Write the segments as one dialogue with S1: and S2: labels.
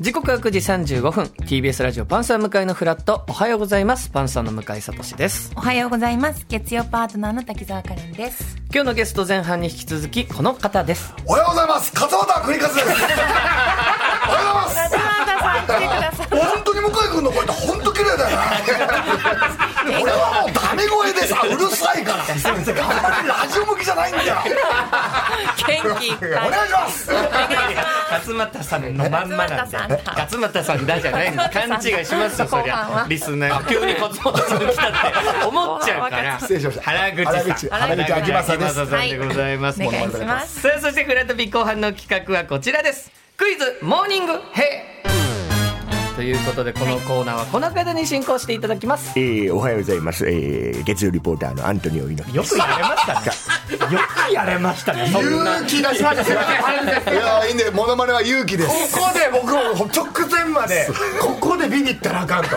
S1: 時刻は9時35分 TBS ラジオパンサー向井のフラットおはようございますパンサーの向井聡です
S2: おはようございます月曜パートナーの滝沢カレンです
S1: 今日のゲスト前半に引き続きこの方です
S3: おはようございます勝俣国和ですおはようございます
S2: さん来てください
S3: 本当に向井君の声って本当綺麗だよな俺はもうダメ声ですあうるさいからあんまりラジオ向きじゃないんだよ
S2: 元気いっ
S3: お
S2: ぱい
S3: 願いします
S1: 勝俣さんのまんまなんで
S2: 勝俣さんだ
S1: 勝俣さんだじゃないの
S2: 勝俣
S1: 勘
S2: さんだ
S1: 違いしますよそり
S2: 後半
S1: ゃ
S2: は
S1: リスナー急に勝俣さん来たって思っちゃう から
S3: 失礼しました
S1: 原口さん
S3: 原口
S2: 原口
S1: 原口
S3: 秋葉
S1: さ
S3: さ
S1: ん
S3: ん
S2: です
S1: でございます、
S2: お願いします
S1: さあそしてフラットビー後半の企画はこちらですクイズモーニングヘイということでこのコーナーはこの方に進行していただきます
S4: えーおはようございます、えー月曜リポーターのアントニオ猪木
S1: よくやれまし たねよくやれましたねそんな
S3: 勇気出しましたすいませんいやいいんでモノマネは勇気です
S5: ここで僕も直前までここでビビったらあかんとこ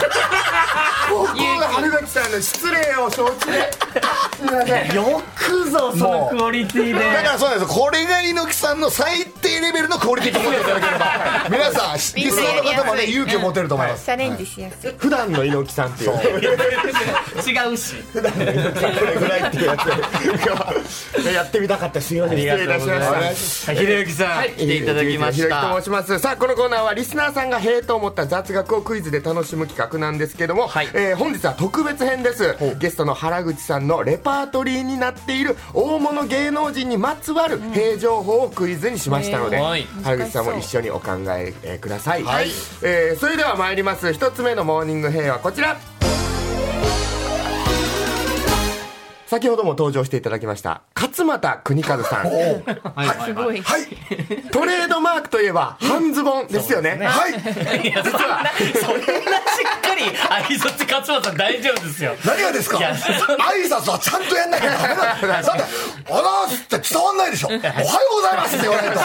S5: こで春垣さんの失礼を承知でよくぞその
S1: クオリティで
S3: だからそうなんですこれが猪木さんの最低レベルのクオリティと思っていただければ皆さんリスナーの方もね勇気を持てると思います
S2: チャレンジしやすい、
S5: 普段の猪木さんっていうね
S1: 違うし
S5: これぐらいっていうやつやってみたかったすいません失礼いたしました
S1: はい秀幸さん、来ていただきまし
S5: ひろゆきと
S1: た
S5: 申しますさあこのコーナーはリスナーさんがへえと思った雑学をクイズで楽しむ企画なんですけども、
S1: はい
S5: えー本日は特別編ですゲストの原口さんのレパートリーになっている大物芸能人にまつわるへえ情報をクイズにしましたので、
S1: うんはい
S5: 原口さんも一緒にお考ええーください、えーそれでは参ります一つ目のモーニングへえはこちら先ほども登場していただきました勝俣邦和さん
S1: はいはい
S2: すごい
S3: はい
S5: トレードマークといえば半ズボンですよね。
S3: はい
S1: いやそんなそんなしっかり挨拶勝俣さん大丈夫ですよ
S3: 何がですか
S1: いや
S3: 挨拶はちゃんとやんなきゃダ メなんだよだって「おはよう」って伝わんないでしょ「おはようございます」って言わ ないと挨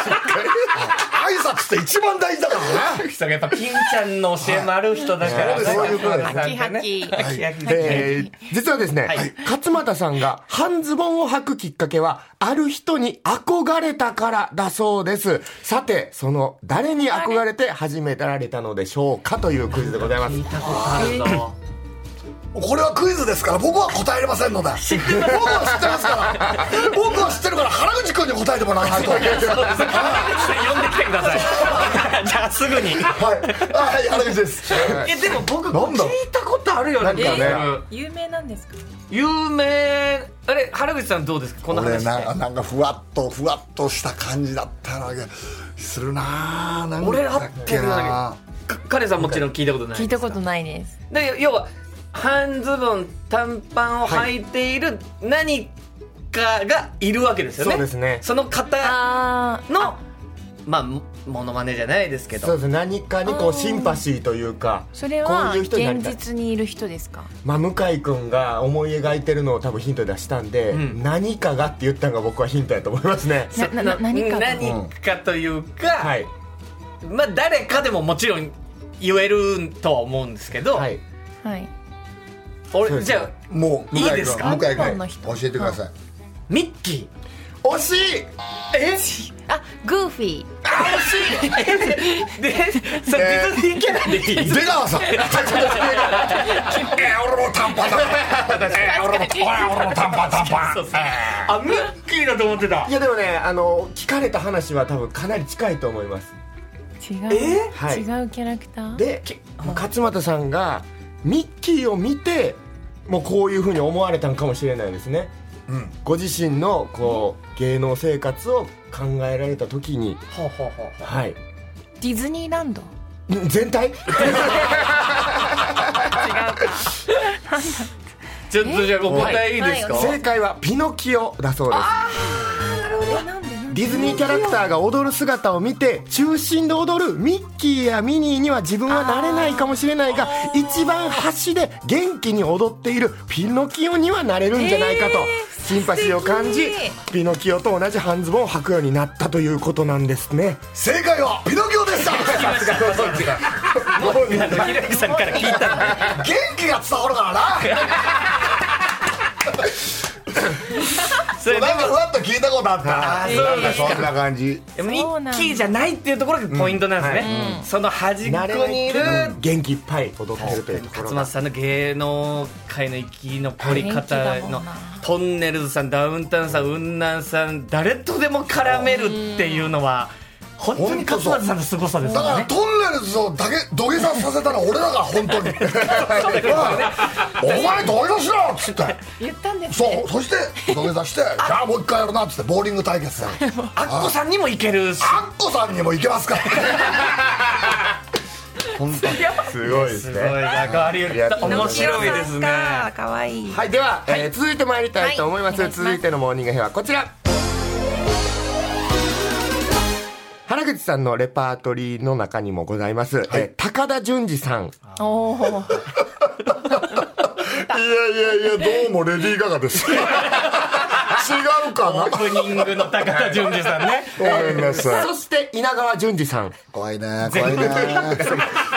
S3: 拶って一番大事だからね
S1: 人がやっぱ金ちゃんの教えもある人だから、
S3: そういうことです
S1: ハ
S2: ハキハキ
S5: えー実はですね、勝俣さんが半ズボンを履くきっかけは、ある人に憧れたからだそうです。さて、その誰に憧れて始められたのでしょうかというクイズでございます。
S3: これはクイズですから僕は答えれませ んので僕は知ってますから僕は知ってるから原口君に答えてもらわない とはい
S1: 呼んできてくださ いじゃあすぐに
S3: はい原口です
S1: えでも僕
S3: なんだ
S1: 聞いたことあるよね
S5: なんかね
S1: うん
S2: 有名なんですか
S1: 有名あれ原口さんどうですかこの
S3: 俺
S1: 話
S3: なんかなんかふわっとふわっとした感じだったような気がするななんだっけな
S1: 俺合ってるような気か彼さんもちろん聞いたことない
S2: 聞いたことないです
S1: で要は半ズボン短パンを履いている何かがいるわけですよね、
S5: そうですね
S1: その方
S2: あー
S1: のまあもモノマネじゃないですけ
S5: そう
S1: ど
S5: です何かにこうシンパシーというか、
S2: それ
S5: こ
S2: は
S5: ういう人にな
S2: 現
S5: りたい。
S2: 実にいる人ですか
S5: まあ、向井君が思い描いてるのを多分ヒントで出したんで、
S1: ん
S5: 何かがって言ったのが僕はヒントやと思いますね。
S2: ななな何かが
S1: 何かというか、
S5: はい。
S1: まあ誰かでももちろん言えるとは思うんですけど、
S5: はい。
S2: はい
S1: 俺、
S5: そうです
S1: じ
S5: ね
S1: ゃあ
S3: もう
S1: いいですか
S3: 向井君
S2: アンパン
S3: 向
S2: の
S3: 井
S2: 人
S3: 君教えてください
S1: ミッキ
S5: 惜しい
S1: ーえ
S2: あグーフィー
S1: でそれディズニーキャラでいい
S3: 出川 さんえ俺も短パンだえ俺も俺も短パン短パン
S1: そうそうあミッキーだと思ってた
S5: いやでもね、あの、聞かれた話は多分かなり近いと思います。
S2: 違う、
S5: はい
S2: 違うキャラクター
S5: で、もう勝俣さんが、ミッキーを見て、もうこういうふうに思われたのかもしれないですね。
S3: うん
S5: ご自身の、こう、芸能生活を考えられた時に、
S1: ほうほうほう
S5: はい。
S2: ディズニーランド
S5: ん全体
S1: ちょっとじゃあお答えいいですか、
S5: 正解はピノキオだそうです。
S2: えなんでなんで
S5: ディズニーキャラクターが踊る姿を見て中心で踊るミッキーやミニーには自分はなれないかもしれないが一番端で元気に踊っているピノキオにはなれるんじゃないかと、
S2: えー
S5: シンパシーを感じ
S2: 素敵
S5: ピノキオと同じ半ズボンを履くようになったということなんですね
S3: 正解はピノキオでした
S1: あのひろゆきさんから聞いたの
S3: 元気が伝わるからな
S1: さそれで
S6: なんかふ
S1: も
S6: わっと聞いたことあった
S4: あ
S2: ー
S4: なんかそんな感じ
S1: でも
S2: そうなんだ
S1: 一気じゃないっていうところがポイントなんですね、その端っこにいる
S5: 元気いっぱい踊ってるというところ
S1: 勝
S5: が
S1: 松さんの芸能界の生き残り
S2: 大
S1: 方
S2: 変
S1: の
S2: だもんな
S1: トンネルズさんダウンタウンさん雲南さん誰とでも絡めるっていうのは本当に勝松さんの凄さです
S6: だ
S1: よ
S6: から
S1: ね
S6: トンネルズをだけ土下座させたら俺だから本 当にお前土下座しろっつって
S2: 言ったんです
S6: そ
S2: ね
S6: うそして土下座してじ ゃあもう一回やるなっつってボーリング対決で
S1: あっこさんにもいけるし
S6: アッコさんにもいけ ますから
S4: すごいです
S1: すごい
S4: ね
S1: なガリュ
S4: やっ
S1: ー
S4: ぱ
S1: 面白いですね
S2: かかわいい
S5: はいでは、えー続いてまいりたいと思います、
S2: はいお願いします
S5: 続いてのモーニングヘアはこちら原口さんのレパートリーの中にもございます、えー高田純次さん
S2: おお
S6: いやいやいやどうもレディー・ガガです 違うか
S1: オープニングの高田純次さんね
S4: ごめんなさい
S5: そして稲川淳二さん
S3: 怖いね怖いね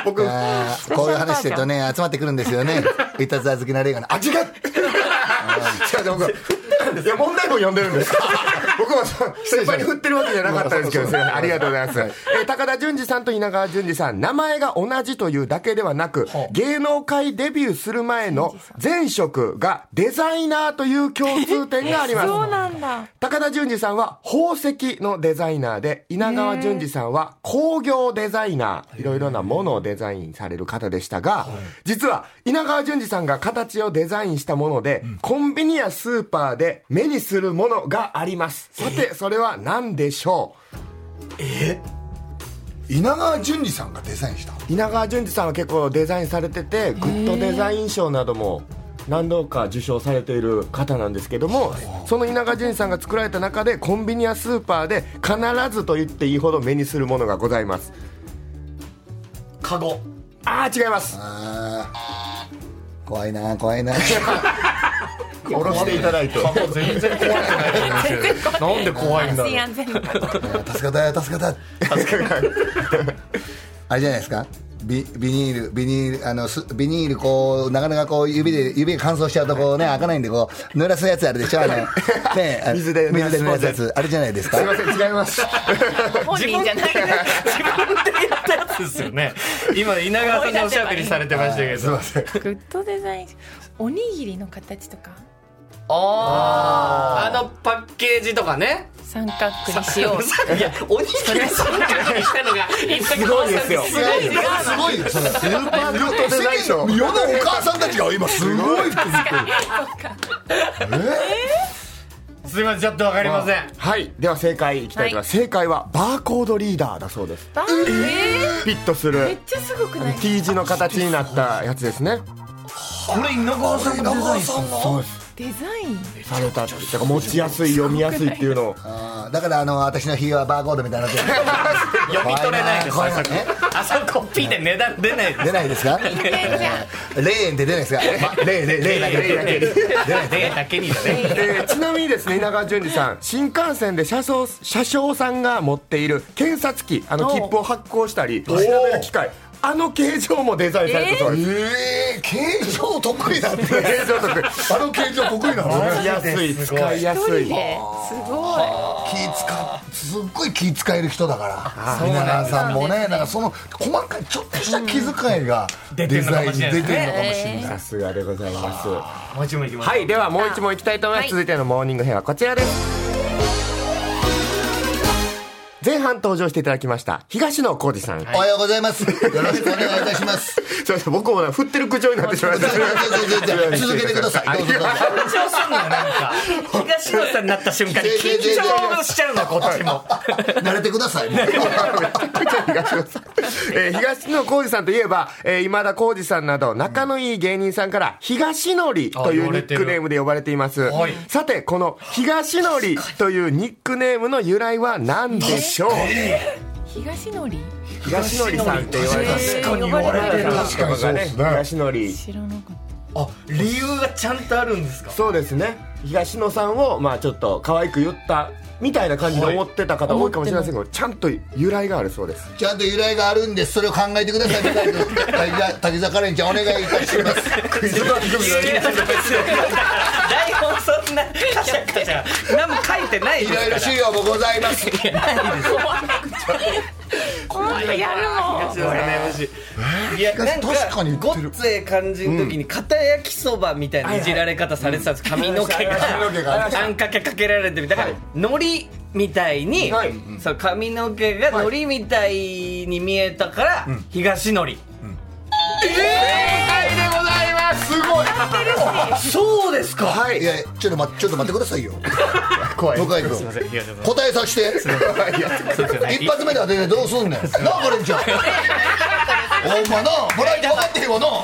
S3: 僕こういう話してる とね集まってくるんですよねいたずら好きな霊がねあ違う
S5: 違う僕いや問題文読んでるんです 僕はそう先輩に振ってるわけじゃなかったんですけどすいませんありがとうございます、えー高田純次さんと稲川淳二さん名前が同じというだけではなく芸能界デビューする前の前職がデザイナーという共通点があります
S2: そうなんだ
S5: 高田純次さんは宝石のデザイナーで稲川淳二さんは工業デザイナーいろいろなものをデザインされる方でしたが実は稲川淳二さんが形をデザインしたものでコンビニやスーパーで目にするものがありますさてそれは何でしょ
S6: 稲川淳二さんがデザインした
S5: う稲川淳二さんは結構デザインされててグッドデザイン賞なども何度か受賞されている方なんですけどもその稲川淳二さんが作られた中でコンビニやスーパーで必ずと言っていいほど目にするものがございます
S6: カゴ
S5: ああ違います
S3: 怖いな怖いな
S5: 下ろしていただいて
S1: 全然怖くないなんで怖いんだ
S2: 安
S1: ろう
S2: 心安全に
S3: 助かった助かったあれじゃないですかビビニールビニールあのすビニールこうなかなかこう指で指が乾燥しちゃうとこうね開かないんでこう濡らすやつあるでしょあのねあの
S5: 水で
S3: 水で
S5: 濡
S3: 濡
S5: ら
S3: ら
S5: す
S3: す
S5: や
S3: や
S5: つ
S3: つあれじゃないですか
S5: すいません違います
S2: 本人じゃない
S1: 自分でやったやつですよね今稲川さんがおしゃべりされてましたけど
S2: グッドデザインおにぎりの形とか
S1: あーあのパッケージとかね
S2: 三角に しよう
S1: いやおにぎり三角にしたのがす
S5: ごいですよ
S1: すごいな
S6: すごいよそれ
S4: スーパーグッドデザイン
S6: 世の
S4: 賞
S6: お母さんたちが今すごいって言ってる
S1: すいませんちょっとわかりません
S5: はいでは正解いきたいと思います、正解はバーコードリーダーだそうです
S2: バンえー
S5: ピッとす
S2: めっ
S5: る
S2: ちゃすごくない
S5: T 字の形になったやつですね
S1: これ稲川さん
S6: 稲川さんの
S2: デザイン
S5: されたっていうか持ちやすい読みやすいっていうのを
S3: あーだからあの私のひげはバーコードみたいになってる
S1: 読み取れないです
S3: 怖
S1: あ
S3: い
S1: そ
S3: な
S1: こあそこピーで値段出ないです
S3: 出ないですか
S2: じゃ
S3: レーンって出ないですかまレーンレーンレーンだけレーンだけ
S1: 出だけにだね
S5: えーちなみにですね稲川淳二さん新幹線で車掌車掌さんが持っている検察機あの切符を発行したり調べる機械あの形状もデザインされたそうです、
S6: ええ形状得意だって
S5: 形状と
S6: あの形状得意なのね
S5: 使いやすい使いやすい
S2: 一人ですごい
S6: 気使うすっごい気使える人だから稲川さんもねなんかその細かいちょっとした気遣いが
S1: 出
S6: デ
S1: てんの
S6: ザ
S1: か
S6: イン
S1: もし
S6: に
S1: れな
S6: 出
S1: い
S6: てるのかもしれない
S5: さすがでございます
S1: もう一問いきます
S5: はいではもう一問いきたいと思います、
S2: は
S5: 続
S2: い
S5: いてのモーニング編はこちらです前半登場していただきました東野浩二さん、
S3: おはようございますよろしくお願いいたします
S5: すいません僕もね振ってる口調になってしまいました
S3: 続けてくださいどうぞどうぞ
S1: 緊張すんのよなんか東野さんになった瞬間に緊張しちゃうのこっちも
S3: 慣れてください
S5: 東野さん、 えー東野浩二さんといえば、えー今田浩二さんなど仲のいい芸人さんから東のりとい
S1: あ言
S5: う
S1: わ
S5: ニ
S1: れて
S5: ッ
S1: る
S5: クネームで呼ばれています、
S1: はい
S5: さてこの東のりというニックネームの由来は何でしょう
S2: 東のり
S5: 東のりさんって言われた
S1: 確かに言われてる
S6: 確かにそうですね
S5: 東のり
S2: 知らなかっ
S1: あ理由がちゃんとあるんですか
S5: そうですね東野さんをまあちょっと可愛く言ったみたいな感じで思ってた方多いかもしれませんがちゃんと由来があるそうです
S3: ちゃんと由来があるんですそれを考えてください 滝 沢カレンちゃんお願いいたします
S1: 台本そんんなカシャカシャ何も書いてない
S3: い
S1: です
S3: ろいろ資料もございます。
S2: 怖いやる
S1: 東野さんの MC いやなんか
S3: 確かに言
S1: ご
S3: ってる
S1: っつえ感じの時に片焼きそばみたいないじられ方されてたんです髪の毛が
S5: 髪の毛が
S1: あんかけかけられてみたいだから海苔みたいに
S5: はい
S1: そう髪の毛が海苔みたいに見えたから東 のり
S5: すごい
S1: そうですか
S5: はいい
S3: やいやちょっと待ってちょっと待ってくだ さいよ。
S5: 怖い
S3: 向井
S1: すいま
S3: 君
S1: せん東野さん
S3: 答えさせて。
S1: そうですよね
S3: 一発目で当ててどうすんねん。なあこれじゃん。お前なもらい分かってへんわな。
S2: の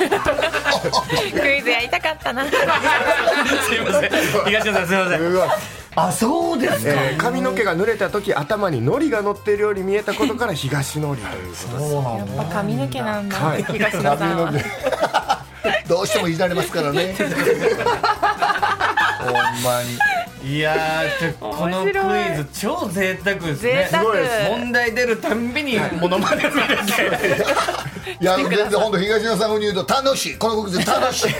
S2: クイズやりたかったな
S1: すいません東野さんすいません
S5: うわ
S1: あそうですか
S5: えー髪の毛が濡れた時頭に糊が乗っているように見えたことから東のりということです
S2: やっぱ髪の毛なんだ、
S5: はい
S2: 東野さんは
S3: どうしてもいじられますからね。ほんまに。
S1: いやーちょこのクイズ超贅沢ですね
S2: 贅沢
S5: ごいで
S1: 問題出るたんびにモノマネされて
S3: いや全然本当東野さん風に言うと楽しいこの国で 楽しい。二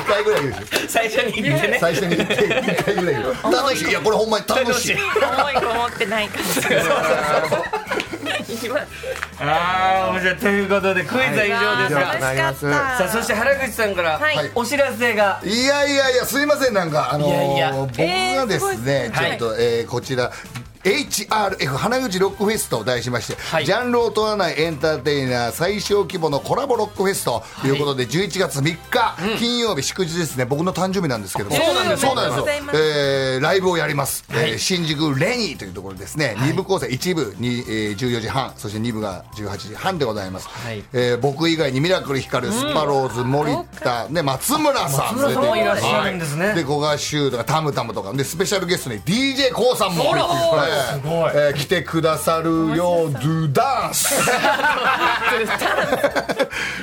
S3: 回ぐらい言うでしょ。
S1: 最初に言っ てね
S3: 最初に言って1回ぐらい言う楽しいいやこれほんまに楽しい
S2: 思いこもってない感じいきます
S1: ああ面白いということでクイズは以上ですが、
S5: はい
S2: 楽しかった
S1: さあそして原口さんから
S2: はい
S3: はい
S1: お知らせが、
S3: いやいやいやすいませんなんかあのー
S1: いやいや
S3: 僕がです
S2: え
S3: ね、
S2: ーすごい
S3: ちょっと、えーこちら HRF 花口ロックフェスと題しまして、
S1: はい
S3: ジャンルを問わないエンターテイナー最小規模のコラボロックフェスということで、11月3日、金曜日祝日ですね僕の誕生日なんですけども
S1: そうなんです
S3: そうなん
S2: お
S3: で
S2: めでとう
S3: すよ
S2: ござい
S3: えーライブをやります、えー新宿レニーというところですね、二2部構成1部に、えー14時半そして2部が18時半でございます、
S1: はい
S3: えー僕以外にミラクル光るスパローズ、森田、ね、松村さん
S1: 松村さんもいらっしゃるんですね
S3: はいで古賀柊とかタムタムとかでスペシャルゲストに d j k o さんも、はいえー来てくださるよドゥダンス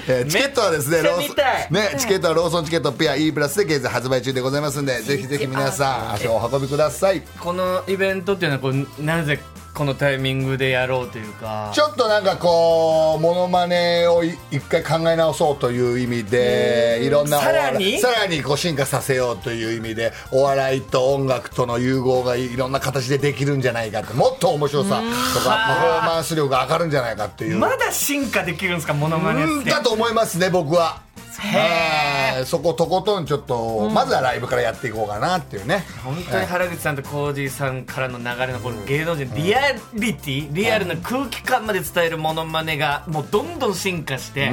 S3: えーチケットはですね
S1: めっちゃ
S3: ローソ
S1: 見たい
S3: ンねチケットはローソンチケットペア E プラスで現在発売中でございますんでぜひぜひ皆さん足をお運びください
S1: このイベントっていうのはこうなぜこのタイミングでやろうというか
S3: ちょっとなんかこうモノマネをい一回考え直そうという意味でいろんなお笑い
S1: さらに
S3: さらにこう進化させようという意味でお笑いと音楽との融合がいろんな形でできるんじゃないかってもっと面白さとかパフォーマンス量が上がるんじゃないかっていう、
S1: まだ進化できるんですかモノマネ
S3: うん
S1: って
S3: だと思いますね僕は。はいそことことんちょっと、まずはライブからやっていこうかなっていうね
S1: 本当に原口さんと浩二さんからの流れのこの芸能人リアリティリアルな空気感まで伝えるモノマネがもうどんどん進化して、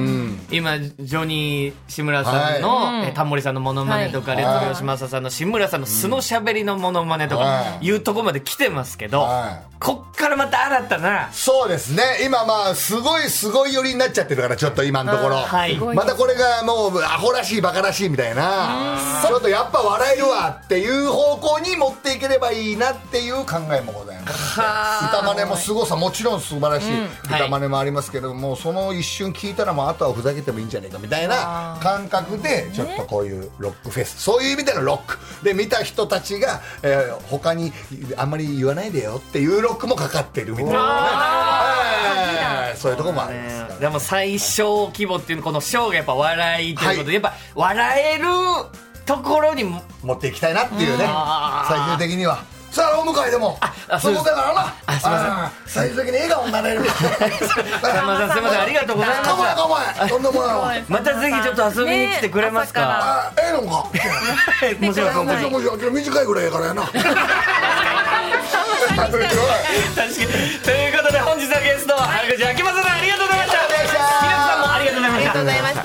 S1: 今ジョニー志村さんの、えータモリさんのモノマネとか、レッツゴー嶋佐さんの志村さんの素のしゃべりのモノマネとか
S3: はい
S1: いうとこまで来てますけど、
S3: はい
S1: こっからまた新たな
S3: そうですね今まあすごいすごい寄りになっちゃってるからちょっと今のところ、
S1: あーはい
S3: またこれがもうアホらしいバカらしいみたいなちょっとやっぱ笑えるわっていう方向に持っていければいいなっていう考えもございます歌真似もすごさもちろん素晴らしい、
S1: はい
S3: 歌真似もありますけども、その一瞬聞いたらもうあとはふざけてもいいんじゃないかみたいな感覚でちょっとこういうロックフェス、そういう意味でのロックで見た人たちが、えー他にあんまり言わないでよっていうロックもかかってるみたいなね、はいそういうとこもありますから
S1: でも最小規模っていうこの小がやっぱ笑いということで、
S3: はい
S1: やっぱ笑えるところにも
S3: 持っていきたいなっていうね
S1: あー
S3: 最終的にはさあお迎えでも
S1: あ
S3: そこ
S1: そう
S3: だ
S1: です
S3: からな
S1: あすいません
S3: あー最終的に笑顔になれる
S1: さんまさんすいませんありがとうございま
S3: か
S1: し
S3: まえ
S1: た
S3: かまえとんでもないわ
S1: またぜひちょっと遊びに来てくれますか、
S3: あええのか
S1: もちろん
S3: もしもし短いぐらいやからやな
S1: 確かにということで本日のゲストは原口あきまさんありがとうございました
S3: ありがとうございました
S1: 皆さんもありがとうございました
S2: ありがとうございました